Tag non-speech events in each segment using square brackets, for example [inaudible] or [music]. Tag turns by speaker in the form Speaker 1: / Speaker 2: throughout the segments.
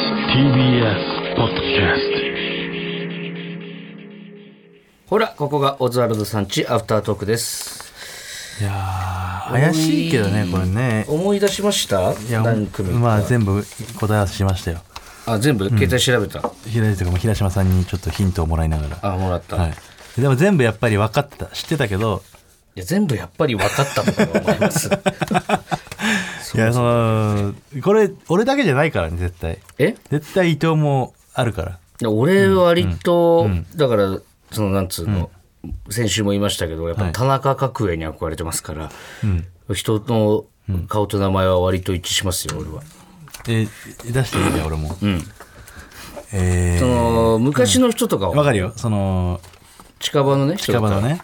Speaker 1: TBS ポッドキャス
Speaker 2: ほら、ここがオズワルドさんちアフタートークです。
Speaker 3: いやー怪しいけどねこれね
Speaker 2: 思い出しました
Speaker 3: いや
Speaker 2: 何組か。
Speaker 3: まあ全部答え合わせしましたよ
Speaker 2: あ、全部携帯調べた。
Speaker 3: 平井とかも平島さんにちょっとヒントをもらいながら
Speaker 2: あ、もらった。、
Speaker 3: はいいでも全部やっぱり分かってた知ってたけど
Speaker 2: や、全部やっぱり分かったと思
Speaker 3: [laughs]
Speaker 2: います。
Speaker 3: いやそのこれ俺だけじゃないからね絶対
Speaker 2: え
Speaker 3: 絶対伊藤もあるから
Speaker 2: 俺割と、だからそのなんつうの、先週も言いましたけどやっぱ田中角栄に憧れてますから、人の顔と名前は割と一致しますよ俺は、
Speaker 3: え出していいじゃん俺も
Speaker 2: ん
Speaker 3: え
Speaker 2: そ
Speaker 3: ー
Speaker 2: の昔の人とかは、
Speaker 3: わかるよその
Speaker 2: 近場のね人
Speaker 3: 近
Speaker 2: と
Speaker 3: 場の
Speaker 2: か、
Speaker 3: ね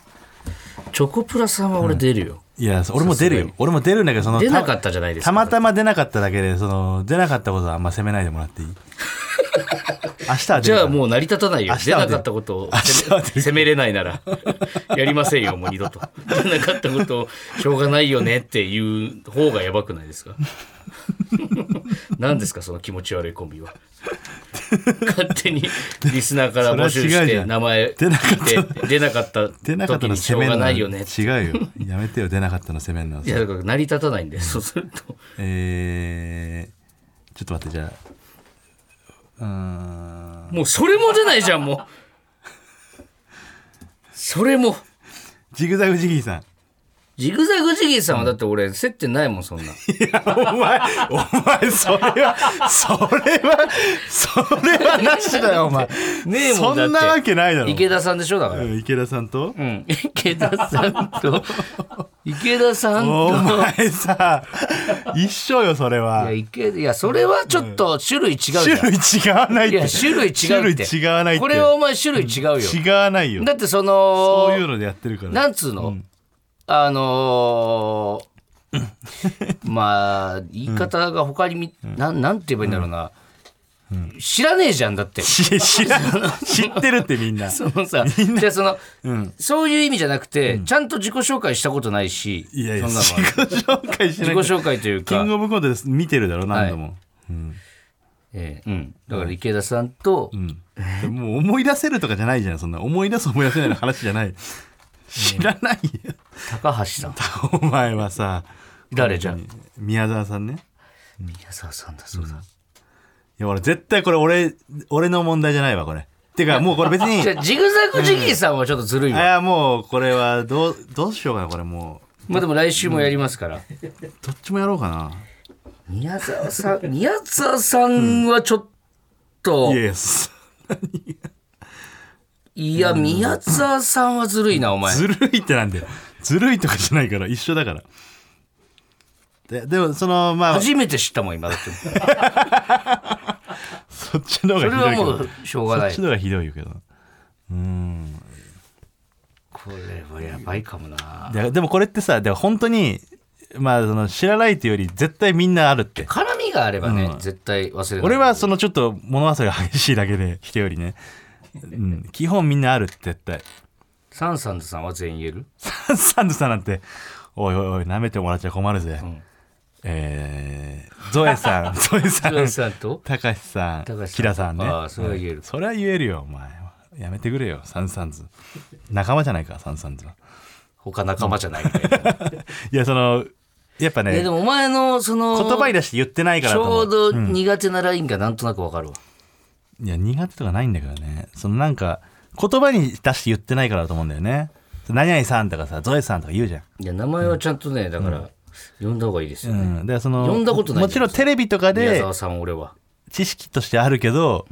Speaker 2: チョコプラさんは俺出るよ、
Speaker 3: いや俺も出るよ俺も出るんだけどその
Speaker 2: 出なかったじゃないですか
Speaker 3: たまたま出なかっただけでその出なかったことはあんま責めないでもらってい
Speaker 2: [laughs]
Speaker 3: い明日は出
Speaker 2: じ
Speaker 3: る
Speaker 2: ゃ
Speaker 3: から
Speaker 2: あもう成り立たないよ
Speaker 3: 明日
Speaker 2: 出
Speaker 3: は出
Speaker 2: な
Speaker 3: る
Speaker 2: かったことを
Speaker 3: 明日は出る
Speaker 2: 責めれないなら [laughs] やりませんよもう二度と出なかったことをしょうがないよねっていう方がやばくないですか [laughs] 何ですかその気持ち悪いコン
Speaker 3: [laughs]
Speaker 2: ビは勝手にリスナーから募集
Speaker 3: それは違う
Speaker 2: し
Speaker 3: じ
Speaker 2: て
Speaker 3: ゃん
Speaker 2: 名前
Speaker 3: 出なかっ
Speaker 2: 聞いて出なかった
Speaker 3: 出なかった
Speaker 2: 時
Speaker 3: の
Speaker 2: にし
Speaker 3: 責
Speaker 2: ょう
Speaker 3: め
Speaker 2: が
Speaker 3: るのは
Speaker 2: ないよね
Speaker 3: 違うよやめてよ出なかったの責めるのはい
Speaker 2: やだから成り立 [laughs] たないんでそうすると
Speaker 3: えー、ちょっと待ってじゃあうーん
Speaker 2: もうそれも出ないじゃんもうそれも
Speaker 3: ジグザグジギーさん
Speaker 2: ジグザグジギーさんはだって俺接点ないもんそんな
Speaker 3: お前
Speaker 2: [laughs]
Speaker 3: お前それはそれはそれはなしだよお前
Speaker 2: ねえもん
Speaker 3: そ
Speaker 2: だって
Speaker 3: んなわけないだろ
Speaker 2: 池田さんでしょだから。
Speaker 3: うん池田さんと
Speaker 2: うん、池田さ
Speaker 3: [laughs]
Speaker 2: んと池田さん
Speaker 3: お
Speaker 2: と
Speaker 3: 前さ一緒よそれ
Speaker 2: いや
Speaker 3: は
Speaker 2: 池いやそれはちょっと種類違うじゃん、
Speaker 3: 種類違わないっ
Speaker 2: い
Speaker 3: て
Speaker 2: や種類違うって
Speaker 3: 種類違わないって
Speaker 2: これはお前種類違うよ
Speaker 3: 違わないよ
Speaker 2: だってその
Speaker 3: そういうのでやってるから
Speaker 2: なんつうの、あのーまあ言い方が他にみ、なんなんて言えばいいんだろうな、知らねえじゃんだって
Speaker 3: し知らん知ってる [laughs] ってみんな
Speaker 2: [laughs] そのさ、じゃあその、そういう意味じゃなくて、ちゃんと自己紹介したことないし、
Speaker 3: いやいや
Speaker 2: そんなの
Speaker 3: 自 [laughs]
Speaker 2: は
Speaker 3: 己紹介しな
Speaker 2: 自己
Speaker 3: い
Speaker 2: 紹介という
Speaker 3: キ
Speaker 2: か
Speaker 3: ング、オブコントです見てるだろ何度も、
Speaker 2: ええうん、だから池田さんと、
Speaker 3: でもう思い出せるとかじゃないじゃんそんな思い出す思い出せないの話じゃない知らないよ
Speaker 2: 高橋さん、
Speaker 3: お前はさ
Speaker 2: 誰じゃん
Speaker 3: 宮沢さんね
Speaker 2: 宮沢さんだそうだ。
Speaker 3: いや俺絶対これ俺俺の問題じゃないわこれてかもうこれ別に
Speaker 2: [laughs] じゃあジグザグジギーさんはちょっとずるい
Speaker 3: あい
Speaker 2: わ。
Speaker 3: やもうこれはどうどうしようかなこれも
Speaker 2: まあでも来週もやりますから。
Speaker 3: うどっちもやろうかな
Speaker 2: 宮沢さん、宮沢さんはちょっと、
Speaker 3: イエス
Speaker 2: いや、宮沢さんはずるいな、お前。
Speaker 3: ずるいってなんだよずるいとかじゃないから一緒だからででもそのまあ
Speaker 2: 初めて知ったもん、
Speaker 3: [laughs]
Speaker 2: 今だって。そ
Speaker 3: そっちの方
Speaker 2: れ
Speaker 3: がひどい
Speaker 2: は
Speaker 3: け
Speaker 2: も
Speaker 3: ど
Speaker 2: うしょうが
Speaker 3: そ
Speaker 2: な
Speaker 3: っ
Speaker 2: い
Speaker 3: ち。の方がひどいけど
Speaker 2: これはやばいかもな。
Speaker 3: ででもこれってさでも本当にまあその知らないっていうより絶対みんなあるって
Speaker 2: 絡みがあればね、絶対忘れない。
Speaker 3: 俺はそのちょっと物忘れが激しいだけで人よりね、うん、基本みんなあるって絶対 [laughs]
Speaker 2: サンサンズさんは全員言える
Speaker 3: サンサンドさんなんておいおいおい舐めてもらっちゃ困るぜ、えーゾエ
Speaker 2: [laughs]
Speaker 3: さんゾエさ
Speaker 2: 黒
Speaker 3: ん
Speaker 2: 井さんと
Speaker 3: たかしさ
Speaker 2: 高
Speaker 3: ん
Speaker 2: 橋さん
Speaker 3: キラさんね
Speaker 2: あーそれは言える
Speaker 3: それは言えるよお前やめてくれよサンサンズ仲間じゃないかサンサンズは
Speaker 2: [laughs] 他仲間じゃないみたいな。
Speaker 3: いやそのやっぱ
Speaker 2: え
Speaker 3: ね
Speaker 2: [laughs] でもお前のその
Speaker 3: 言葉に出して言ってないから
Speaker 2: ち
Speaker 3: と思
Speaker 2: ょ
Speaker 3: う
Speaker 2: うど苦手なラインがなんとなくわかるわ。
Speaker 3: いや苦手とかないんだけどねそのなんか言葉に出して言ってないからだと思うんだよね何々さんとかさゾエさんとか言うじゃん
Speaker 2: いや名前はちゃんとねだから呼んだ方がいいですよね。
Speaker 3: うん、でその
Speaker 2: 呼んだことない
Speaker 3: もちろんテレビとか
Speaker 2: 宮
Speaker 3: で
Speaker 2: 沢さん俺は。
Speaker 3: 知識としてあるけど、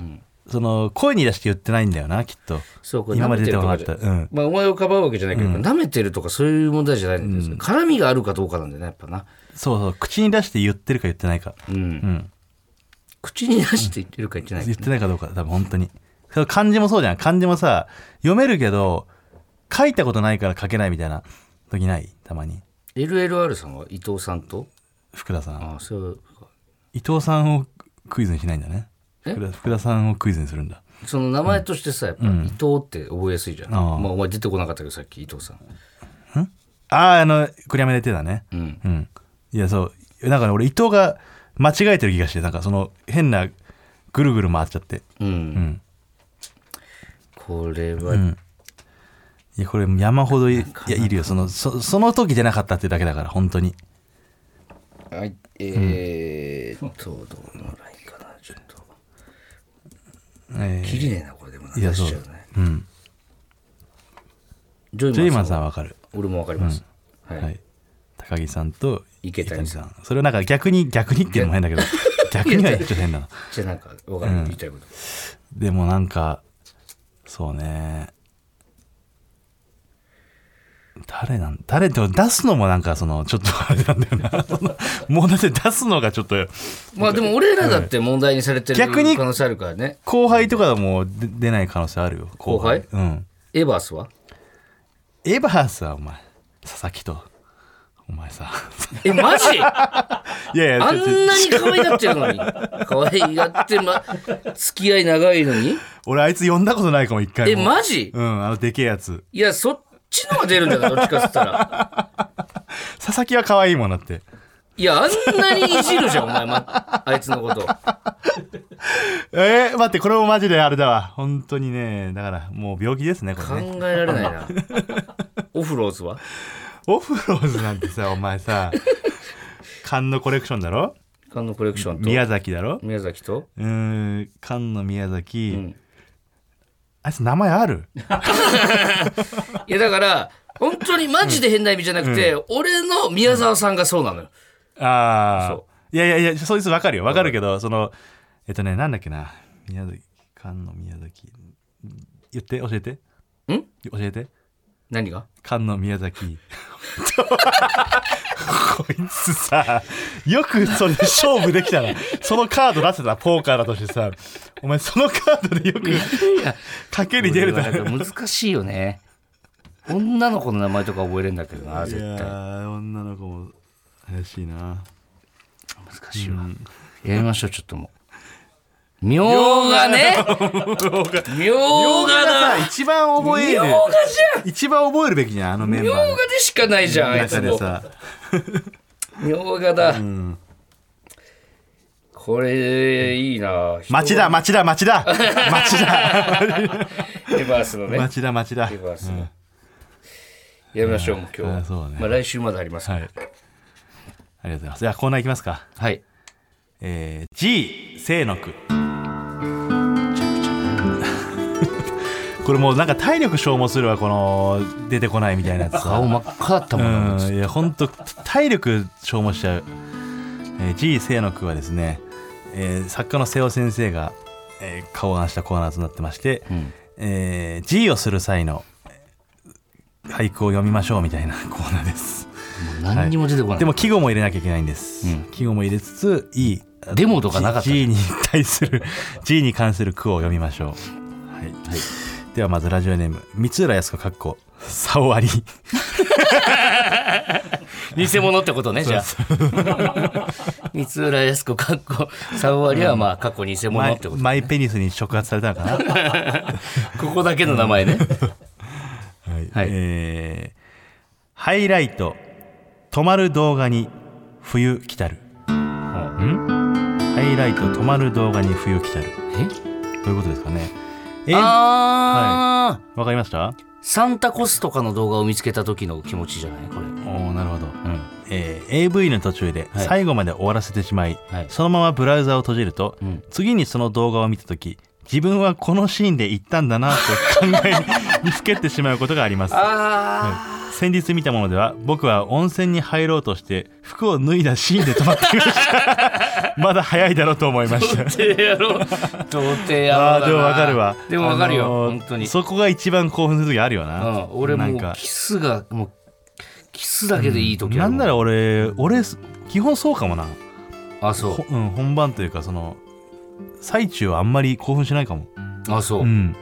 Speaker 3: その声に出して言ってないんだよなきっと
Speaker 2: そうこれ
Speaker 3: 今まで出てもら
Speaker 2: 舐
Speaker 3: っ
Speaker 2: めて
Speaker 3: た、
Speaker 2: ると
Speaker 3: う
Speaker 2: か
Speaker 3: ん、
Speaker 2: まあお前をかばうわけじゃないけど、舐めてるとかそういう問題じゃないんですよ、絡みがあるかどうかなんだよねやっぱな。
Speaker 3: そうそう口に出して言ってるか言ってないか、
Speaker 2: うん。口に出して言ってるか言ってないか
Speaker 3: 言ってないかどうか多分本当にその漢字もそうじゃん漢字もさ読めるけど書いたことないから書けないみたいな時ないたまに
Speaker 2: LLR さんは伊藤さんと
Speaker 3: 福田さん
Speaker 2: ああそう
Speaker 3: 伊藤さんをクイズにしないんだね
Speaker 2: え
Speaker 3: 福田福田さんをクイズにするんだ
Speaker 2: その名前としてさ、やっぱ伊藤って覚えやすいじゃん。
Speaker 3: ああ
Speaker 2: まあ、お前出てこなかったけど、さっき伊藤さん。
Speaker 3: あああのクリアメで言ってたね
Speaker 2: うん。
Speaker 3: うんいやそうだから俺伊藤が間違えてる気がしてなんかその変なぐるぐる回っちゃって
Speaker 2: うん、
Speaker 3: うん
Speaker 2: これは、
Speaker 3: うんいやこれ山ほどい
Speaker 2: か
Speaker 3: いやいるよそのそその時じゃなかったってだけだから本当に
Speaker 4: はい、えーっと、どのラインかな、ちょっと。
Speaker 3: え
Speaker 2: 切りねえなこれでもない
Speaker 3: や
Speaker 2: 出しち
Speaker 3: そ
Speaker 2: ゃう
Speaker 3: う
Speaker 2: ね
Speaker 3: ーうん
Speaker 2: ジョ
Speaker 3: ジェイマンさん
Speaker 2: は
Speaker 3: はわかる
Speaker 2: 俺もわかります、はい、
Speaker 3: はい高木さんと
Speaker 2: 池谷さん
Speaker 3: んそれはなんか逆に逆にっていうのも変だけど逆にはちょっと変だな
Speaker 2: じゃあなんかわかる、
Speaker 3: うん
Speaker 2: 言いたいこと
Speaker 3: でもなんかそうね誰なん誰でも出すのもなんかそのちょっとあれなんだよな [laughs] そのもうだって出すのがちょっと
Speaker 2: まあでも俺らだって問題にされてる
Speaker 3: 逆に
Speaker 2: 可能性あるからね
Speaker 3: 後輩とかでも出出ない可能性あるよ
Speaker 2: 後
Speaker 3: うん
Speaker 2: エバースは
Speaker 3: エバースはお前佐々木とお前さ [laughs]
Speaker 2: えマジあ
Speaker 3: いやいやちょちょ
Speaker 2: んなに可愛がってるのに可愛がって、ま、付き合い長いのに
Speaker 3: 俺あいつ呼んだことないかも一回
Speaker 2: え
Speaker 3: も
Speaker 2: マジ
Speaker 3: うんあのでけえやつ
Speaker 2: いやそっちのが出るんだからどっちかっつったら
Speaker 3: 佐々木は可愛いもんだって
Speaker 2: いやあんなにいじるじゃんお前、ま、あいつのこと
Speaker 3: えー、待ってこれもマジであれだわ本当にねだからもう病気ですねこ
Speaker 2: 考
Speaker 3: れね
Speaker 2: えられないなオフローズは
Speaker 3: オフローズなんてさお前
Speaker 2: [laughs]
Speaker 3: さ缶のコレクションだろ
Speaker 2: カンのコレクションと
Speaker 3: 宮崎だろ
Speaker 2: 宮崎と
Speaker 3: うーん缶の宮崎、
Speaker 2: ん
Speaker 3: あいつ名前ある
Speaker 2: いやだから本当にマジで変な意味じゃなくて、俺の宮沢さんがそうなのよ、
Speaker 3: ああ
Speaker 2: そ
Speaker 3: いやいやいやそいつわかるよわかるけどそのえっとねなんだっけな宮崎缶の宮崎言って教えて
Speaker 2: ん
Speaker 3: 教えて
Speaker 2: 何が
Speaker 3: 菅野宮崎こいつさよくそれ勝負できたなそのカード出せたポーカーだとしてさお前そのカードでよく賭けに出るだろ
Speaker 2: 難しいよね女の子の名前とか覚えれんだけどな絶
Speaker 3: いや
Speaker 2: 対
Speaker 3: ー女の子も怪しいな
Speaker 2: 難しいわ、やりましょうちょっともうみょうがねみょうがだ
Speaker 3: さ一番覚え
Speaker 2: みょ
Speaker 3: る
Speaker 2: うがじゃん
Speaker 3: 一番覚えるべきじゃんあのメン
Speaker 2: みょう
Speaker 3: バー
Speaker 2: がでしかないじゃん
Speaker 3: の
Speaker 2: あいつ
Speaker 3: 中で
Speaker 2: も
Speaker 3: さ
Speaker 2: みょうがだ、これいいな
Speaker 3: 町だ町だ町
Speaker 2: [laughs]
Speaker 3: だ町だ
Speaker 2: エバースのね
Speaker 3: 町だ町だ
Speaker 2: エバースの、やめましょうもう今日は
Speaker 3: あそうね
Speaker 2: まあ、来週まであります
Speaker 3: はいありがとうございますじゃあコーナーいきますか
Speaker 2: はい
Speaker 3: えー、G 清の句 [laughs] これもうなんか体力消耗するわこの出てこないみたいなやつさ
Speaker 2: 顔真っ赤だったもんな
Speaker 3: うんいやほんと体力消耗しちゃう、えー、G 清の句はですね、えー作家の瀬尾先生が、えー、考案したコーナーとなってまして、えー、G をする際のえー俳句を読みましょうみたいなコーナーです
Speaker 2: もう何にも出てこない、
Speaker 3: でも季語も入れなきゃいけないんです、
Speaker 2: うん
Speaker 3: 季語も入れつついい
Speaker 2: デモとかなかった
Speaker 3: G, G に対す
Speaker 2: [laughs]
Speaker 3: る G に関する句を読みましょうはい、ではまずラジオネーム三浦靖子かっこさおわり
Speaker 2: 偽物ってことねじゃあ [laughs] 三浦靖子かっこ3割はまあ過去偽物
Speaker 3: マ
Speaker 2: っ
Speaker 3: イ
Speaker 2: てこと、
Speaker 3: マイペニスに触発されたのかな、は
Speaker 2: ここだけの名前ね
Speaker 3: い
Speaker 2: はい
Speaker 3: えーハイライト止まる動画に冬来たるハイライト止まる動画に冬来たる
Speaker 2: え
Speaker 3: どういうことですかねえわ
Speaker 2: あー、
Speaker 3: かりました
Speaker 2: サンタコスとかの動画を見つけた時の気持ちじゃないこれ
Speaker 3: おーなるほど
Speaker 2: うん
Speaker 3: えー AV の途中で
Speaker 2: はい
Speaker 3: 最後まで終わらせてしまい、
Speaker 2: はい
Speaker 3: そのままブラウザを閉じると、
Speaker 2: ん
Speaker 3: 次にその動画を見た時自分はこのシーンで行ったんだなと考
Speaker 2: [laughs]
Speaker 3: えにふけってしまうことがあります、
Speaker 2: あ
Speaker 3: はい先日見たものでは僕は温泉に入ろうとして服を脱いだシーンで止まっていました
Speaker 2: [laughs]
Speaker 3: まだ早いだろうと思いました
Speaker 2: 童 [laughs] 貞野郎童貞野郎
Speaker 3: あ
Speaker 2: だ
Speaker 3: ー
Speaker 2: な
Speaker 3: でもわかるわ
Speaker 2: でもわかるよ、
Speaker 3: あのー
Speaker 2: 本当に
Speaker 3: そこが一番興奮する時あるよな、
Speaker 2: うん、俺
Speaker 3: な
Speaker 2: も
Speaker 3: ん
Speaker 2: う
Speaker 3: か
Speaker 2: キスがもうキスだけでいい時あ
Speaker 3: な
Speaker 2: る
Speaker 3: んなら俺俺基本そうかもな
Speaker 2: あそう
Speaker 3: ほうん、本番というかその最中はあんまり興奮しないかも
Speaker 2: あそう、
Speaker 3: ん、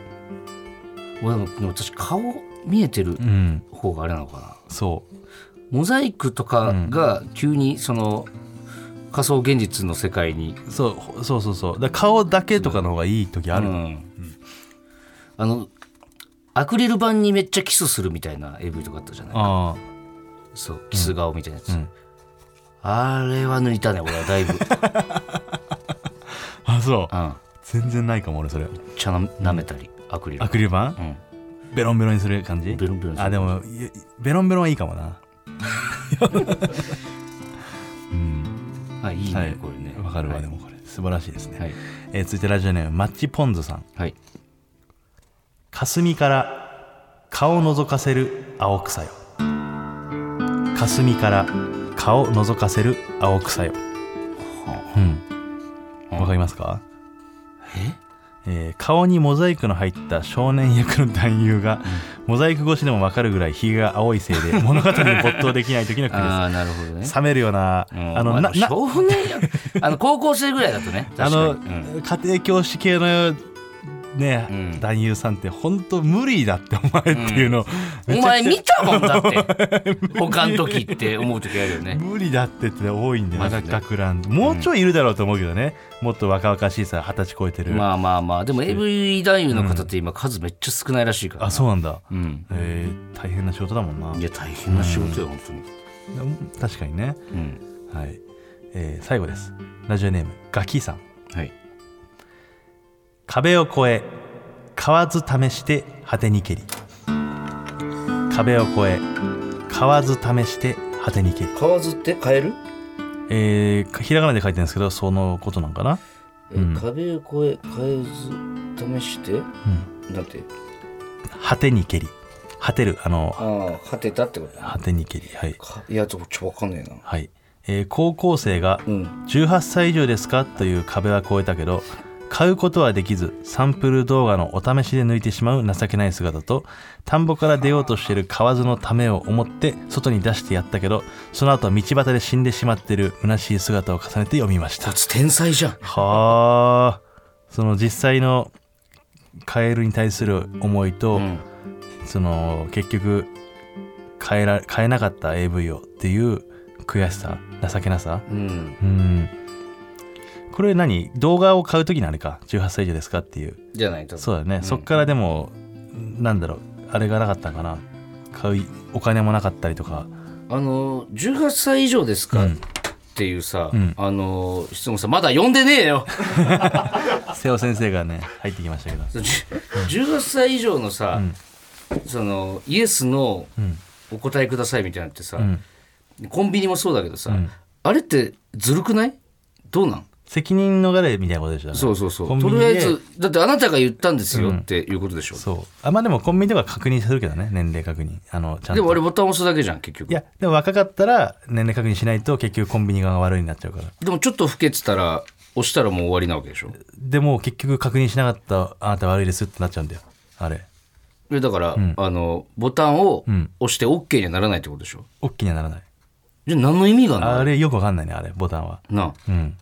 Speaker 2: 俺もでも私顔見えてる
Speaker 3: うん、
Speaker 2: 方があれなのかな
Speaker 3: そう
Speaker 2: モザイクとかが急にその仮想現実の世界に
Speaker 3: そうほそうそうそうだから顔だけとかの方がいい時ある、
Speaker 2: うんあのアクリル板にめっちゃキスするみたいな AV とかあったじゃない
Speaker 3: あ
Speaker 2: そうキス顔みたいなやつ、
Speaker 3: うん
Speaker 2: あれは抜いたね俺はだい
Speaker 3: [laughs]
Speaker 2: ぶう
Speaker 3: あそうん全然ないかも俺それ
Speaker 2: 茶な舐めたりアクリル
Speaker 3: アクリル板、
Speaker 2: うん
Speaker 3: ベロンベロンにする感じ
Speaker 2: ベロンベロンにする
Speaker 3: あでもいベロンベロンはいいかもなうん
Speaker 2: あいい
Speaker 3: はい
Speaker 2: ねこれね
Speaker 3: わかるわ、
Speaker 2: はい
Speaker 3: でもこれ素晴らしいですね、
Speaker 2: はい
Speaker 3: えー続いてラジオネームマッチポンズさん
Speaker 2: はい
Speaker 3: 霞から顔を覗かせる青草よ霞から顔を覗かせる青草ようんわかりますかえー顔にモザイクの入った少年役の男優が、モザイク越しでもわかるぐらいひげが青いせい
Speaker 2: [laughs]
Speaker 3: で物語に没頭できない時の句
Speaker 2: あ
Speaker 3: で
Speaker 2: あなるほどね
Speaker 3: す冷めるような、
Speaker 2: うん
Speaker 3: あの、
Speaker 2: ま
Speaker 3: なな
Speaker 2: 少年
Speaker 3: [laughs]
Speaker 2: やあの高校生ぐらいだとね
Speaker 3: あ
Speaker 2: 確かに
Speaker 3: の、
Speaker 2: うん
Speaker 3: 家庭教師系のね、
Speaker 2: うん
Speaker 3: 男優さんって本当無理だってお前っていうの、めちゃくちゃ
Speaker 2: お前見たもん
Speaker 3: [laughs]
Speaker 2: だって他の時って思う時あるよね
Speaker 3: 無理だってって多いんだよ
Speaker 2: マジ
Speaker 3: ね
Speaker 2: で
Speaker 3: 学ランもうちょいいるだろうと思うけどね、もっと若々しいさ二十歳超えてる、
Speaker 2: まあまあまあでも AV 男優の方って今数めっちゃ少ないらしいから
Speaker 3: あそうなんだ
Speaker 2: うん
Speaker 3: えー、大変な仕事だもんない
Speaker 2: や大変な仕事よ本当に
Speaker 3: 確かにね
Speaker 2: うん
Speaker 3: はい、えー最後ですラジオネームガキさん
Speaker 2: はい
Speaker 3: 壁を越え買わず試して果てに蹴り壁を越え買わず試して果てに蹴り
Speaker 4: 河津って変える、
Speaker 3: えー、ひらがなで書いてるんですけどそのことなんかなうん
Speaker 4: え壁を越え変えず試して、なんて
Speaker 3: 果てに蹴り果てるあの
Speaker 4: ああ果てたってこと
Speaker 3: 果てに蹴りはい
Speaker 4: かいやちょっとわかんねえな
Speaker 3: はい、えー高校生が
Speaker 4: うん
Speaker 3: 18歳以上ですかという壁は越えたけど買うことはできずサンプル動画のお試しで抜いてしまう情けない姿と田んぼから出ようとしている河津のためを思って外に出してやったけどその後道端で死んでしまってる虚しい姿を重ねて読みました
Speaker 2: こいつ天才じゃん
Speaker 3: はあその実際のカエルに対する思いと、
Speaker 2: ん
Speaker 3: その結局変えら変えなかった AV をっていう悔しさ情けなさ、
Speaker 2: うん
Speaker 3: うん。これ何動画を買うときにあれか。18歳以上ですかっていう。
Speaker 2: じゃないと
Speaker 3: そうだよね。そっからでも、なんだろう。あれがなかったんかな。買うお金もなかったりとか。
Speaker 2: あの18歳以上ですか、
Speaker 3: うん
Speaker 2: っていうさ、
Speaker 3: うん
Speaker 2: あの質問さまだ読んでねえよ
Speaker 3: 瀬尾先生がね、入ってきましたけど。
Speaker 2: そのじゅ18歳以上のさ、そのイエスの
Speaker 3: ん
Speaker 2: お答えくださいみたいなのってさ、
Speaker 3: ん
Speaker 2: コンビニもそうだけどさ、
Speaker 3: ん
Speaker 2: あれってずるくないどうなん
Speaker 3: 責任逃れみたいなことでしょ、ね。
Speaker 2: そうそうそ
Speaker 3: コン
Speaker 2: う
Speaker 3: ビ
Speaker 2: と
Speaker 3: ニ
Speaker 2: りあ
Speaker 3: で
Speaker 2: えずだってあなたが言ったんですよっていうことでしょ、
Speaker 3: そう。あ、まあでもコンビニでは確認するけどね。年齢確認。あの、ちゃんと。
Speaker 2: でも俺ボタン押すだけじゃん結
Speaker 3: い
Speaker 2: 局
Speaker 3: や、でも若かったら年齢確認しないと結局コンビニ側が悪いになっちゃうから。
Speaker 2: でもちょっと老けてたら押したらもう終わりなわけでしょ
Speaker 3: でも結局確認しなかったあなた悪いですってなっちゃうんだよ。あれ。
Speaker 2: でだから、あのボタンを
Speaker 3: ん
Speaker 2: 押して OK にはならないってことでしょ
Speaker 3: おっきにはならない。
Speaker 2: じゃあ何の意味があるの
Speaker 3: あれよくわかんないね、あれ、ボタンは。
Speaker 2: なあ
Speaker 3: うん。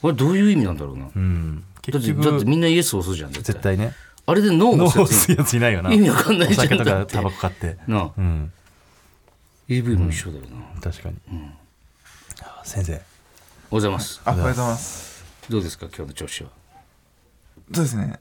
Speaker 2: これどういう意味なんだろうな、
Speaker 3: うん。
Speaker 2: だ
Speaker 3: 結
Speaker 2: って
Speaker 3: 局、
Speaker 2: だってみんなイエス押すじゃん絶対
Speaker 3: 絶対ね。
Speaker 2: あれでノー
Speaker 3: ノー
Speaker 2: 押
Speaker 3: 押
Speaker 2: す
Speaker 3: す
Speaker 2: や
Speaker 3: やついないよな。
Speaker 2: 意味わかんないじゃん
Speaker 3: お酒と
Speaker 2: だ
Speaker 3: か
Speaker 2: って
Speaker 3: タバコ買って。
Speaker 2: つなあ
Speaker 3: うん。
Speaker 2: AV も一緒だよな、おはよ
Speaker 3: 確かに。あ先生。
Speaker 2: うございます
Speaker 5: あおはようございます
Speaker 2: どうですか今日の調子は
Speaker 5: そうですね、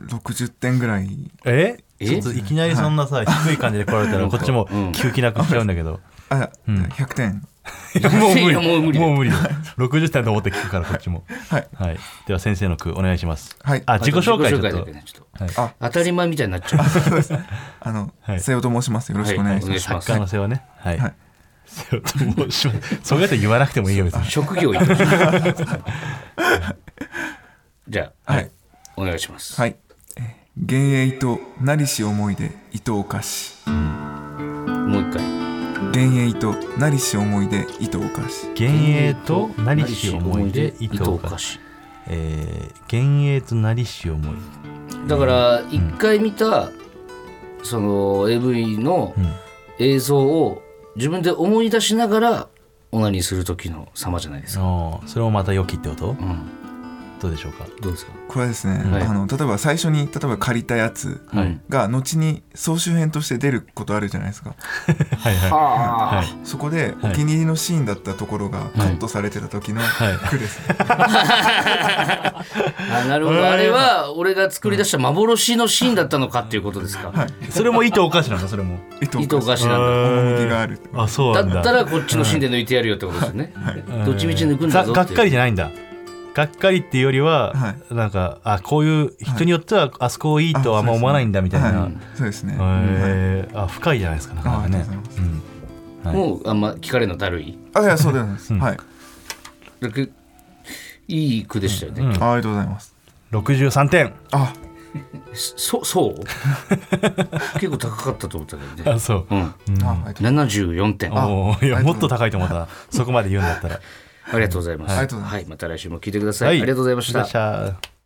Speaker 5: 60点ぐらい
Speaker 3: え
Speaker 2: え
Speaker 3: ちょっといきなりそんなさ、低い感じで来られたら、こっちも急気なくしちゃうんだけど。
Speaker 5: あ、100点
Speaker 2: もう無理もう無理
Speaker 3: もう無理だ。60点と思って聞くから、こっちも。
Speaker 5: はい
Speaker 3: はい。では先生の句お願いします。
Speaker 5: はい
Speaker 3: あ、自己紹介ちょっ
Speaker 2: だ
Speaker 3: と
Speaker 2: け。ねちょっと
Speaker 3: はい
Speaker 5: あ
Speaker 2: 当たり前みたいになっちゃう
Speaker 5: あの、
Speaker 3: はい
Speaker 5: 瀬尾と申しますよろしくお願いし
Speaker 2: はいお
Speaker 5: ます、
Speaker 2: 願いします
Speaker 3: 作家の世話ね。はい [laughs]
Speaker 5: はい。
Speaker 3: 瀬尾と申します。それだと言わなくてもいいよ、別に。
Speaker 2: 職業言ってほしいじゃあ、
Speaker 5: はい
Speaker 2: お願いします、
Speaker 5: はい。幻影となりし思い出伊藤菓子。
Speaker 2: もう一回
Speaker 5: 幻影となりし思い出伊藤菓子。
Speaker 3: 幻影となりし思い出、伊藤か。
Speaker 2: し
Speaker 3: えー、幻影となりし思い
Speaker 2: だから一回見た、その AV の映像を自分で思い出しながらオナニーする時の様じゃないですか、
Speaker 3: あーそれもまた良きってこと
Speaker 2: うん、
Speaker 3: どうでしょうか
Speaker 2: どうですか
Speaker 5: これはですね、
Speaker 2: はい
Speaker 5: あの例えば最初に例えば借りたやつ
Speaker 2: はい
Speaker 5: が後に総集編として出ることあるじゃないですか
Speaker 3: はいはい
Speaker 4: あ
Speaker 3: はい
Speaker 5: そこでお
Speaker 3: はい
Speaker 5: 気に入りのシーンだったところがカットされてた時の
Speaker 3: はい
Speaker 5: 句です、
Speaker 2: あなるほどあれは俺が作り出した幻のシーンだったのかっていうことですか、
Speaker 3: それも糸おかしなんだそれも
Speaker 5: 糸
Speaker 2: 意図おかし
Speaker 3: へ
Speaker 2: なんだ
Speaker 5: ー
Speaker 3: ー
Speaker 5: 趣がある
Speaker 3: あそうなん
Speaker 2: だ
Speaker 3: だ
Speaker 2: ったらこっちの芯で抜いてやるよってことですよね。どっちみち抜くんだぞ
Speaker 3: がが
Speaker 2: っ。
Speaker 3: ってかりじゃないんだがっかりっていうよりは、
Speaker 5: は
Speaker 3: なんかあこういう人によってはあそこいいとはあんま思わないんだみたいな、
Speaker 5: はい、そうですね、
Speaker 3: へーあ深いじゃないですかなかなか
Speaker 5: あ
Speaker 3: ね
Speaker 5: ありがとうござ
Speaker 3: う
Speaker 5: います
Speaker 3: んはい
Speaker 2: もうあんま聞かれるのだるい。
Speaker 5: あいやそうでございます、
Speaker 3: うん
Speaker 5: はい
Speaker 2: だけいい句でしたよね。
Speaker 3: うん
Speaker 5: あありがとうございます
Speaker 3: 63点
Speaker 5: あ
Speaker 2: そそう結構高かったと思ったけどね。
Speaker 3: あ [laughs] そう
Speaker 2: うん、
Speaker 5: あありがとう
Speaker 2: 74点。あ
Speaker 3: おーい
Speaker 5: あ
Speaker 3: や
Speaker 5: りがとうござい
Speaker 3: も
Speaker 5: ます
Speaker 3: っと高いと思ったそこまで言うんだったら
Speaker 2: [laughs] りがとうございます。
Speaker 5: ありがとうございます
Speaker 2: はい、また来週も聞いてください。ありがとうございました。
Speaker 3: ありがとうございました